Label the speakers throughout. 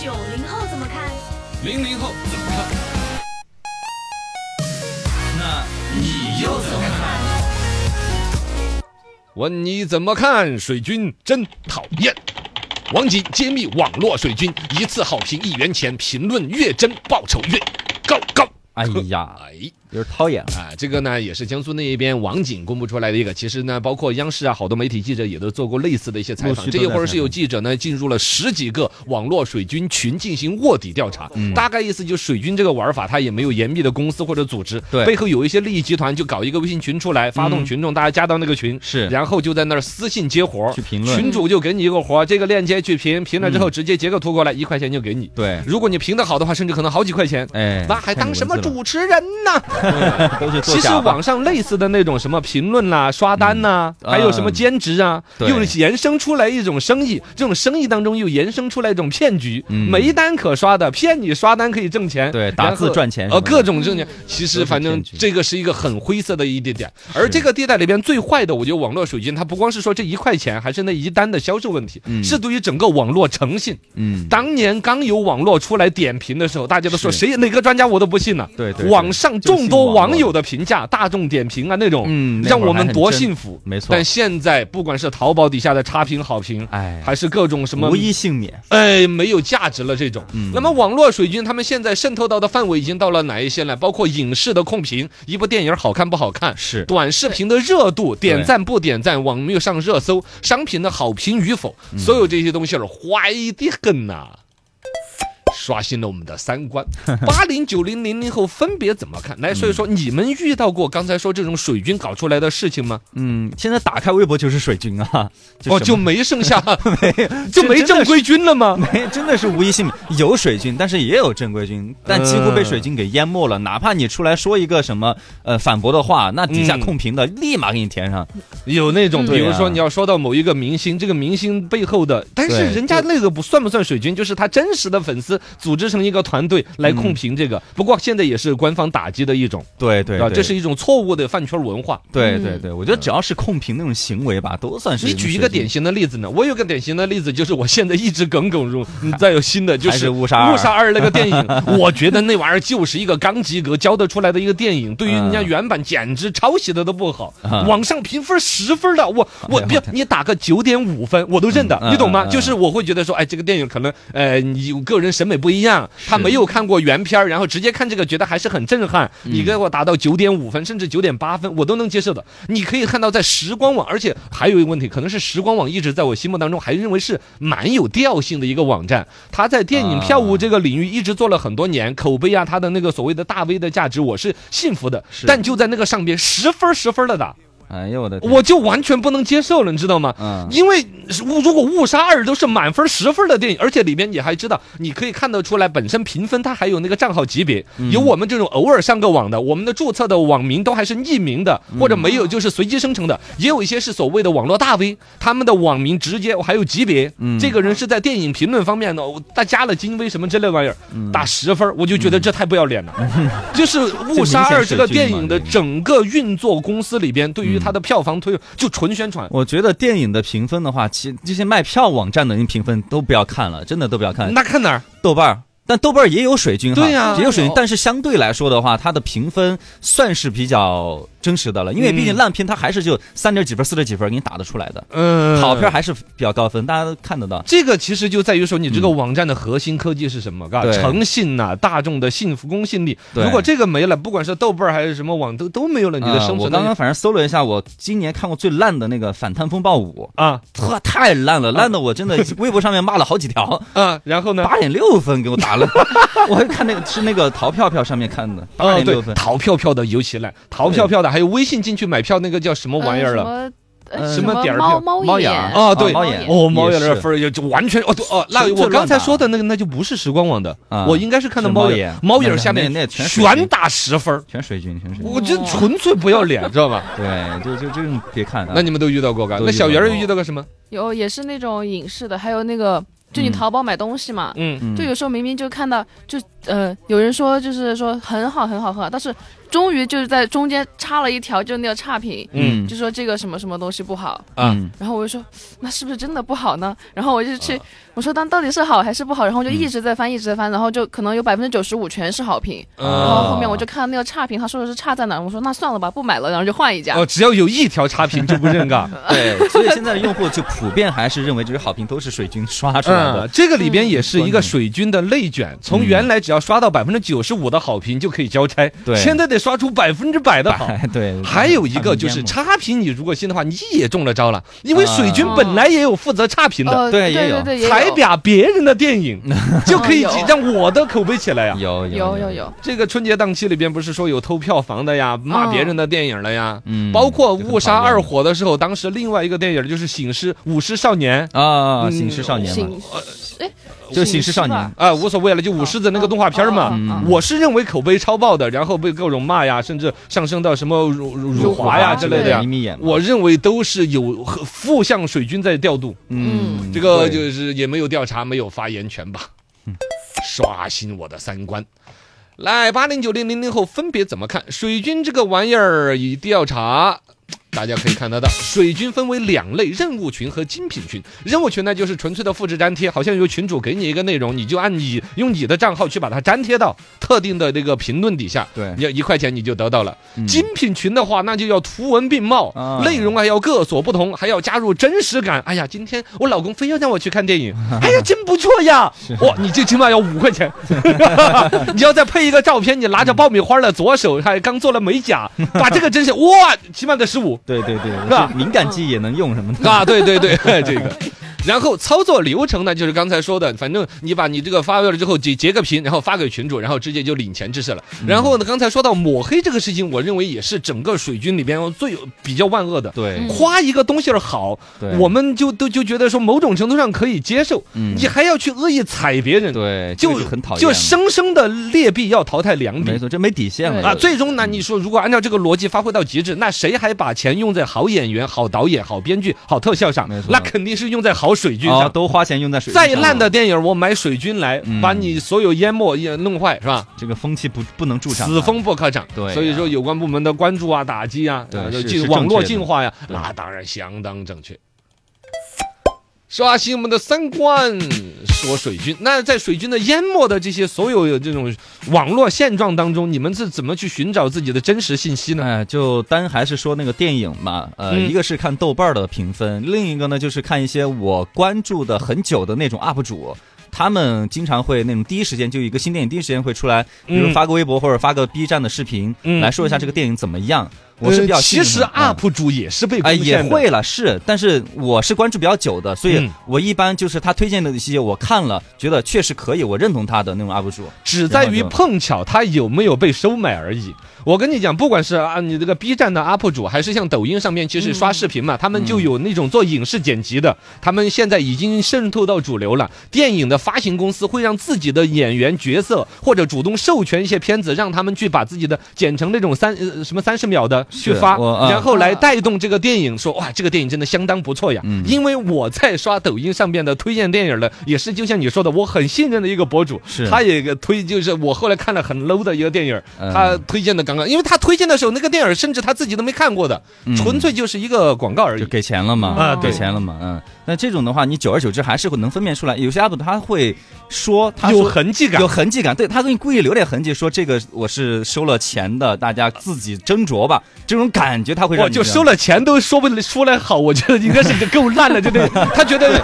Speaker 1: 九零后怎么看？
Speaker 2: 零零后怎么看？那你又怎么看？
Speaker 3: 问你怎么看？水军真讨厌。王吉揭秘网络水军，一次好评一元钱，评论越真，报酬越高高。
Speaker 4: 哎呀，
Speaker 3: 哎。
Speaker 4: 有点讨厌了。
Speaker 3: 啊，这个呢也是江苏那边网警公布出来的一个。其实呢，包括央视啊，好多媒体记者也都做过类似的一些采
Speaker 4: 陆
Speaker 3: 访。
Speaker 4: 续
Speaker 3: 这
Speaker 4: 都
Speaker 3: 一
Speaker 4: 在
Speaker 3: 会儿
Speaker 4: 采
Speaker 3: 是有
Speaker 4: 访
Speaker 3: 记者呢进入了十几个网络水军群进行卧底调查，
Speaker 4: 嗯
Speaker 3: 大概意思就是水军这个玩法，它也没有严密的公司或者组织，
Speaker 4: 对嗯
Speaker 3: 背后有一些利益集团就搞一个微信群出来，发动群众、大家加到那个群，
Speaker 4: 是
Speaker 3: 然后就在那儿私信接活儿
Speaker 4: 去评论嗯
Speaker 3: 群主就给你一个活儿，这个链接去评，评了之后直接截个图过来，一块钱就给你。
Speaker 4: 对，
Speaker 3: 如果你评的好的话，甚至可能好几块钱。
Speaker 4: 哎，
Speaker 3: 那还
Speaker 4: 太有
Speaker 3: 当
Speaker 4: 文
Speaker 3: 什么
Speaker 4: 字了？
Speaker 3: 主持人呢？
Speaker 4: 都是做
Speaker 3: 其实
Speaker 4: 假吧
Speaker 3: 网上类似的那种什么评论啦、刷单呐、
Speaker 4: 嗯
Speaker 3: 还有什么兼职啊，
Speaker 4: 嗯
Speaker 3: 又
Speaker 4: 对
Speaker 3: 衍生出来一种生意，这种生意当中又衍生出来一种骗局，
Speaker 4: 嗯
Speaker 3: 没单可刷的，骗你刷单可以挣钱，
Speaker 4: 对打字
Speaker 3: 然后
Speaker 4: 赚钱什
Speaker 3: 呃，
Speaker 4: 么的嗯
Speaker 3: 各种挣钱。其实反正
Speaker 4: 都是骗局
Speaker 3: 这个是一个很灰色的一地点，而这个地带里边最坏的，我觉得网络水军它不光是说这一块钱，还是那一单的销售问题，
Speaker 4: 嗯
Speaker 3: 是对于整个网络诚信。
Speaker 4: 嗯，
Speaker 3: 当年刚有网络出来点评的时候，大家都说
Speaker 4: 是
Speaker 3: 谁哪个专家我都不信呢。
Speaker 4: 对对对
Speaker 3: 网上
Speaker 4: 就是
Speaker 3: 众
Speaker 4: 信
Speaker 3: 多
Speaker 4: 网络
Speaker 3: 网友的评价、大众点评啊那种，
Speaker 4: 嗯那
Speaker 3: 让
Speaker 4: 会儿
Speaker 3: 我们
Speaker 4: 还很
Speaker 3: 多
Speaker 4: 真
Speaker 3: 幸福。
Speaker 4: 没错
Speaker 3: 但现在不管是淘宝底下的差评、好评，
Speaker 4: 哎
Speaker 3: 还是各种什么
Speaker 4: 无。一幸免。
Speaker 3: 哎，没有价值了这种。
Speaker 4: 嗯
Speaker 3: 那么网络水军他们现在渗透到的范围已经到了哪一些呢？包括影视的控评，一部电影好看不好看，
Speaker 4: 是
Speaker 3: 短视频的热度、点赞不点赞，网没有上热搜，商品的好评与否，
Speaker 4: 嗯
Speaker 3: 所有这些东西儿坏的很呐、刷新了我们的 三观。八零、九零、零零后分别怎么看？
Speaker 4: 嗯
Speaker 3: 来说一说，你们遇到过刚才说这种水军搞出来的事情吗？
Speaker 4: 嗯，现在打开微博就是水军啊，
Speaker 3: 哦，
Speaker 4: 什
Speaker 3: 就
Speaker 4: 么
Speaker 3: 没剩下，
Speaker 4: 没
Speaker 3: 就没正规军了吗？
Speaker 4: 没， 真的是无一幸免。有水军，但是也有正规军，但几乎被
Speaker 3: 呃
Speaker 4: 水军给淹没了。哪怕你出来说一个什么呃反驳的话，那底下
Speaker 3: 嗯
Speaker 4: 控评的、立马给你填上。
Speaker 3: 有那种，比
Speaker 4: 对啊
Speaker 3: 如说你要说到某一个明星，这个明星背后的，但是
Speaker 4: 对
Speaker 3: 人家那个不算不算水军，就是他真实的粉丝组织成一个团队来
Speaker 4: 嗯
Speaker 3: 控评这个。不过现在也是官方打击的一种，
Speaker 4: 对对
Speaker 3: 啊，
Speaker 4: 对，
Speaker 3: 这是一种错误的饭圈文化。
Speaker 4: 对对对，我觉得只要是控评那种行为吧，都算是
Speaker 3: 嗯你举一个典型的例子呢？我有个典型的例子，就是我现在一直耿耿如，嗯再有新的就
Speaker 4: 还
Speaker 3: 是
Speaker 4: 是
Speaker 3: 《
Speaker 4: 误杀二
Speaker 3: 误杀二》那个电 影，我觉得那玩意儿就是一个刚及格教得出来的一个电影，对于人家
Speaker 4: 嗯
Speaker 3: 原版简直抄袭的都不好，
Speaker 4: 嗯
Speaker 3: 网上评分十分的，我我
Speaker 4: 哎呦
Speaker 3: 别
Speaker 4: 我天
Speaker 3: 你打个九点五分我都认的，
Speaker 4: 嗯嗯
Speaker 3: 你懂吗？
Speaker 4: 嗯嗯
Speaker 3: 就是我会觉得说，哎，这个电影可能呃你个人审美不一样，他没有看过原片儿，然后直接看这个觉得还是很震撼，你给我打到九点五分甚至九点八分我都能接受的。你可以看到在时光网，而且还有一个问题，可能是时光网一直在我心目当中还认为是蛮有调性的一个网站，它在电影票务这个领域一直做了很多年，口碑啊，它的那个所谓的大 V 的价值我是信服的，
Speaker 4: 是
Speaker 3: 但就在那个上边十分儿十分的打，
Speaker 4: 哎呦我的天，
Speaker 3: 我就完全不能接受了，你知道吗？
Speaker 4: 嗯
Speaker 3: 因为是如果《误杀二》都是满分十分的电影，而且里面你还知道，你可以看得出来，本身评分它还有那个账号级别，有我们这种偶尔上个网的，我们的注册的网名都还是匿名的，或者没有就是随机生成的，也有一些是所谓的网络大 V，他们的网名直接哦还有级别，这个人是在电影评论方面的，我他加了金微什么之类玩意儿，打十分儿，我就觉得这太不要脸了。就是《误杀二》这个电影的整个运作公司里边，对于它的票房推就纯宣传。
Speaker 4: 我觉得电影的评分的话，其这些卖票网站的人评分都不要看了，真的都不要看。
Speaker 3: 那看哪儿？
Speaker 4: 豆瓣儿，但豆瓣儿也有水军哈，
Speaker 3: 嗯对呀哎
Speaker 4: 也有水军
Speaker 3: 有，
Speaker 4: 但是相对来说的话，它的评分算是比较真实的了，因为毕竟
Speaker 3: 嗯
Speaker 4: 烂片它还是就三点几分、四点几分给你打得出来的，
Speaker 3: 嗯
Speaker 4: 好片儿还是比较高分，大家都看得到。
Speaker 3: 这个其实就在于说，你这个网站的核心科技是什么？嘎，
Speaker 4: 嗯对
Speaker 3: 诚信呐、大众的信服、公信力。
Speaker 4: 对
Speaker 3: 如果这个没了，不管是豆瓣儿还是什么网，都都没有了你的
Speaker 4: 呃
Speaker 3: 生
Speaker 4: 我
Speaker 3: 存
Speaker 4: 刚
Speaker 3: 能
Speaker 4: 刚
Speaker 3: 力
Speaker 4: 反正搜了一下，我今年看过最烂的那个《反贪风暴五
Speaker 3: 啊》，
Speaker 4: 哇，太烂了，烂的我 真的微博上面骂了好几条，
Speaker 3: 啊！然后呢？
Speaker 4: 八点六分给我打 了。我还看那个是那个淘票票上面看的，八
Speaker 3: 啊，
Speaker 4: 点
Speaker 3: 对
Speaker 4: 六，分，
Speaker 3: 淘票票的尤其烂，淘票票的，还有微信进去买票那个叫什么玩意儿了？
Speaker 1: 了？
Speaker 4: 呃
Speaker 1: 什
Speaker 3: 什么
Speaker 1: 么
Speaker 3: 点儿
Speaker 1: 猫
Speaker 3: 票
Speaker 4: 猫
Speaker 1: 猫
Speaker 4: 眼
Speaker 1: 眼
Speaker 4: 儿
Speaker 3: 啊对
Speaker 4: 猫眼
Speaker 3: 哦，猫
Speaker 4: 也
Speaker 3: 眼的
Speaker 4: 是
Speaker 3: 分儿就就完全哦对哦，那
Speaker 4: 最
Speaker 3: 我
Speaker 4: 最
Speaker 3: 刚
Speaker 4: 乱
Speaker 3: 才
Speaker 4: 打
Speaker 3: 说的那个那就不是时光网的
Speaker 4: 啊，
Speaker 3: 我应该是看到
Speaker 4: 是
Speaker 3: 猫
Speaker 4: 猫
Speaker 3: 眼
Speaker 4: 眼，
Speaker 3: 猫眼
Speaker 4: 那
Speaker 3: 下面
Speaker 4: 那那全是
Speaker 3: 全打十分儿，
Speaker 4: 全水军，全水军。
Speaker 3: 我这纯粹不要 脸，知道吧？
Speaker 4: 对，就就这种别看啊。
Speaker 3: 那你们都遇到过嘎？
Speaker 4: 都遇到
Speaker 3: 那小圆儿又
Speaker 4: 过
Speaker 3: 遇到个什么？
Speaker 1: 有也是那种影视的，还有那个，就你
Speaker 4: 嗯
Speaker 1: 淘宝买东西嘛，
Speaker 3: 嗯，
Speaker 4: 嗯
Speaker 1: 就有时候明明就看到就呃，有人说就是说很好很好很好，但是终于就是在中间插了一条就是那个差评，
Speaker 3: 嗯
Speaker 1: 就说这个什么什么东西不好，
Speaker 4: 嗯
Speaker 1: 然后我就说那是不是真的不好呢？然后我就
Speaker 3: 嗯
Speaker 1: 去、我说但到底是好还是不好？然后我就一直在翻、一直在翻，然后就可能有百分之九十五全是好评，
Speaker 3: 嗯
Speaker 1: 然啊哦后后面我就看到那个差评，他说的是差在哪儿，我说那算了吧，不买了，然后就换一家。
Speaker 3: 哦，只要有一条差评就不认啊 噶。
Speaker 4: 啊对，所以现在的用户就普遍还是认为这些好评都是水军刷出来的
Speaker 3: 嗯，。这个里边也是一个水军的内卷，从原来只要刷到百分之九十五的好评就可以交差，
Speaker 4: 对
Speaker 3: 现在得刷出百分之百的好。
Speaker 4: 哎，对，
Speaker 3: 还有一个就是
Speaker 4: 差评淹没
Speaker 3: 差评，你如果信的话，你也中了招了，因为水军本来也有负责差评的，
Speaker 1: 呃，
Speaker 4: 对
Speaker 1: 对
Speaker 4: 也有
Speaker 1: 对对，也
Speaker 3: 才
Speaker 1: 有
Speaker 3: 表别人的电影， 就可以
Speaker 1: 哦有
Speaker 3: 让我的口碑起来 呀。
Speaker 4: 有
Speaker 1: 有有
Speaker 4: 有，
Speaker 1: 有，
Speaker 3: 这个春节档期里边不是说有偷票房的呀，骂别人的电影了呀，
Speaker 4: 嗯
Speaker 3: 包括《误杀二》
Speaker 4: 就
Speaker 3: 火的时候，当时另外一个电影就是《醒狮舞狮少年》
Speaker 4: 很讨厌啊，
Speaker 3: 嗯
Speaker 4: 醒狮少年嘛，
Speaker 1: 醒，哎，
Speaker 4: 就醒狮少
Speaker 1: 醒
Speaker 4: 年
Speaker 1: 狮吧，
Speaker 3: 啊，无所谓了，就舞狮子那个动画片嘛。
Speaker 1: 嗯
Speaker 4: 嗯
Speaker 3: 我是认为口碑超爆的，然后被各种骂呀，甚至上升到什么辱辱辱华呀
Speaker 1: 辱华
Speaker 3: 之类的呀
Speaker 4: 眯。眯眼嘛，
Speaker 3: 我认为都是有和负向水军在调度，
Speaker 1: 嗯
Speaker 3: 这
Speaker 4: 对
Speaker 3: 个
Speaker 4: 嗯
Speaker 3: 就是也没有调查，没有发言权吧。刷新我的三观。来，八零九零零零后分别怎么看水军这个玩意儿？已调查。大家可以看得到，水军分为两类：任务群和精品群。任务群呢，就是纯粹的复制粘贴，好像有群主给你一个内容，你就按你用你的账号去把它粘贴到特定的那个评论底下，
Speaker 4: 对
Speaker 3: 要一块钱你就得到了。
Speaker 4: 嗯
Speaker 3: 精品群的话，那就要图文并茂，
Speaker 4: 啊
Speaker 3: 内容还要各所不同，还要加入真实感。哎呀，今天我老公非要让我去看 电影，哎呀，真不错呀！哇，你最起码要五块钱，你要再配一个照片，你拿着爆米花的左手还刚做了美甲，把这个真是哇，起码得十五。
Speaker 4: 对对对，是
Speaker 3: 吧
Speaker 4: 敏感肌也能用什么的，
Speaker 3: 啊，对对对，这个。然后操作流程呢，就是刚才说的，反正你把你这个发表了之后截截个屏，然后发给群主，然后直接就领钱就是了。
Speaker 4: 嗯
Speaker 3: 然后呢，刚才说到抹黑这个事情，我认为也是整个水军里边呃最有比较万恶的。
Speaker 4: 对
Speaker 3: 夸一个东西儿好
Speaker 4: 嗯对，
Speaker 3: 我们就都就觉得说某种程度上可以接受，
Speaker 4: 嗯
Speaker 3: 你还要去恶意踩别人，
Speaker 4: 对，
Speaker 3: 就
Speaker 4: 这个很讨厌，
Speaker 3: 就生生的劣币要淘汰良
Speaker 4: 没
Speaker 3: 币。
Speaker 4: 错，这没底线了
Speaker 3: 啊，最终呢，你说如果按照这个逻辑发挥到极致，那谁还把钱用在好演员、好导演、好编剧、好特效上
Speaker 4: 没错？
Speaker 3: 那肯定是用在好水军
Speaker 4: 啊
Speaker 3: 上。
Speaker 4: 都花钱用在水，
Speaker 3: 再烂的。电影，我买水军来
Speaker 4: 嗯，
Speaker 3: 把你所有淹没也弄坏，是吧？
Speaker 4: 这个风气不不能助长，
Speaker 3: 此风不可长。
Speaker 4: 对呀
Speaker 3: 啊所以说有关部门的关注啊、打击啊，
Speaker 4: 对
Speaker 3: 啊
Speaker 4: 是
Speaker 3: 进
Speaker 4: 是
Speaker 3: 网
Speaker 4: 正确
Speaker 3: 络
Speaker 4: 的
Speaker 3: 净化呀，
Speaker 4: 对
Speaker 3: 那当然相当正确。刷新我们的三观，说水军。那在水军的淹没的这些所有的这种网络现状当中，你们是怎么去寻找自己的真实信息呢？
Speaker 4: 哎，就单还是说那个电影嘛，呃，
Speaker 3: 嗯
Speaker 4: 一个是看豆瓣儿的评分，另一个呢就是看一些我关注的很久的那种 UP 主。他们经常会那种第一时间就一个新电影，第一时间会出来，比如
Speaker 3: 嗯
Speaker 4: 发个微博或者发个 B 站的视频、
Speaker 3: 嗯
Speaker 4: 来说一下这个电影怎么样。我是比较
Speaker 3: 呃
Speaker 4: 信
Speaker 3: 其
Speaker 4: 任
Speaker 3: 实
Speaker 4: 的嗯
Speaker 3: UP 主也是被
Speaker 4: 哎，
Speaker 3: 攻
Speaker 4: 也
Speaker 3: 陷的
Speaker 4: 会了，是，但是我是关注比较久的，所以
Speaker 3: 嗯
Speaker 4: 我一般就是他推荐的一些，我看了觉得确实可以，我认同他的那种 UP 主。
Speaker 3: 只在
Speaker 4: 然
Speaker 3: 于
Speaker 4: 后就
Speaker 3: 碰巧他有没有被收买而已。我跟你讲，不管是啊你这个 B 站的 UP 主，还是像抖音上面其实刷视
Speaker 4: 嗯
Speaker 3: 频嘛，他们就有那种做影视剪辑的，他们现在已经渗透到主流了。电影的发行公司会让自己的演员角色或者主动授权一些片子，让他们去把自己的剪成那种三呃什么三十秒的去发
Speaker 4: 我，啊
Speaker 3: 然后来带动这个电影说哇这个电影真的相当不错呀。
Speaker 4: 嗯
Speaker 3: 因为我在刷抖音上面的推荐电影的，也是就像你说的，我很信任的一个博主，
Speaker 4: 是
Speaker 3: 他也给推，就是我后来看了很 low 的一个电影，
Speaker 4: 嗯
Speaker 3: 他推荐的刚刚，因为他推荐的时候那个电影甚至他自己都没看过的，纯粹就是一个广告而
Speaker 4: 嗯就
Speaker 3: 已。
Speaker 4: 给钱了嘛，
Speaker 3: 啊
Speaker 4: 给
Speaker 3: 对
Speaker 4: 钱了嘛，嗯。那这种的话，你久而久之还是会能分辨出来，有些 UP 主他会说，他
Speaker 3: 有
Speaker 4: 说
Speaker 3: 痕迹感
Speaker 4: 有，痕迹感，对他给你故意留点痕迹，说这个我是收了钱的，大家自己斟酌吧。这种感觉他会让
Speaker 3: 我
Speaker 4: 你
Speaker 3: 就
Speaker 4: 知道
Speaker 3: 收，了钱都说不出来好，我觉得应该是已经够烂了，真的。 他觉得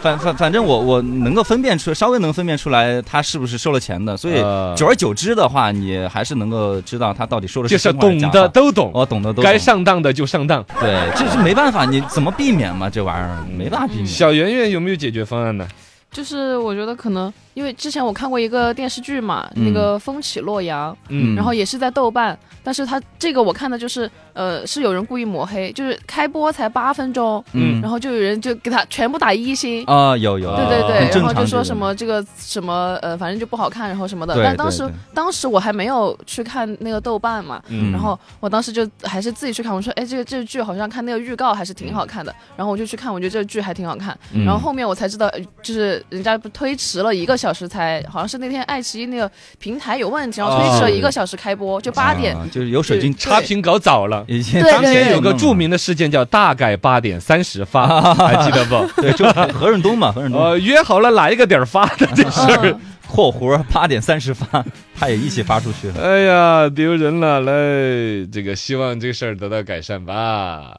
Speaker 4: 反反反正我我能够分辨出，稍微能分辨出来他是不是收了钱的，所以
Speaker 3: 呃
Speaker 4: 久而久之的话，你还是能够知道他到底收了
Speaker 3: 就是是
Speaker 4: 真话还
Speaker 3: 懂
Speaker 4: 是假
Speaker 3: 的
Speaker 4: 话。
Speaker 3: 都懂，
Speaker 4: 我懂得都懂嗯
Speaker 3: 该上当的就上当。
Speaker 4: 对，这是没办法，你怎么避免嘛？这玩意儿没办法避免。
Speaker 3: 小圆圆有没有解决方案呢？
Speaker 1: 就是我觉得可能因为之前我看过一个电视剧嘛，
Speaker 4: 嗯
Speaker 1: 那个《风起洛阳》，
Speaker 3: 嗯
Speaker 1: 然后也是在豆瓣，但是他这个我看的就是呃是有人故意抹黑，就是开播才八分钟，
Speaker 4: 嗯
Speaker 1: 然后就有人就给他全部打一星。
Speaker 4: 啊，有有，
Speaker 1: 对对
Speaker 3: 啊
Speaker 1: 对
Speaker 4: 很，正
Speaker 1: 然后就
Speaker 4: 常
Speaker 1: 说
Speaker 4: 这
Speaker 1: 什
Speaker 4: 种
Speaker 1: 么这个什么呃，反正就不好看，然后什么的。
Speaker 4: 对
Speaker 1: 但当
Speaker 4: 对
Speaker 1: 时
Speaker 4: 对
Speaker 1: 当时我还没有去看那个豆瓣嘛，
Speaker 4: 嗯
Speaker 1: 然后我当时就还是自己去看，我说，哎，这个这个剧好
Speaker 4: 嗯
Speaker 1: 像看那个预告还是挺好看的，然后我就去看，我觉得这个剧还挺好看，然后后面我才知道，呃就是就是人家不推迟了一个小时才，好像是那天爱奇艺那个平台有问题，然后推迟了一个小时开播，就八 点。
Speaker 4: 哦啊就是有水晶
Speaker 3: 差评搞早了。
Speaker 4: 以前
Speaker 1: 对
Speaker 3: 当
Speaker 1: 对
Speaker 3: 年
Speaker 1: 对
Speaker 3: 有个著名的事件叫“大概八点三 十发”，还记得不？
Speaker 4: 对，就何润东嘛，何润东
Speaker 3: 呃，约好了哪一个点儿发的这事 儿。
Speaker 1: 嗯，
Speaker 4: 括弧八点三十发，他也一起发出去了。
Speaker 3: 哎呀，丢人了嘞！这个希望这个事儿得到改善吧。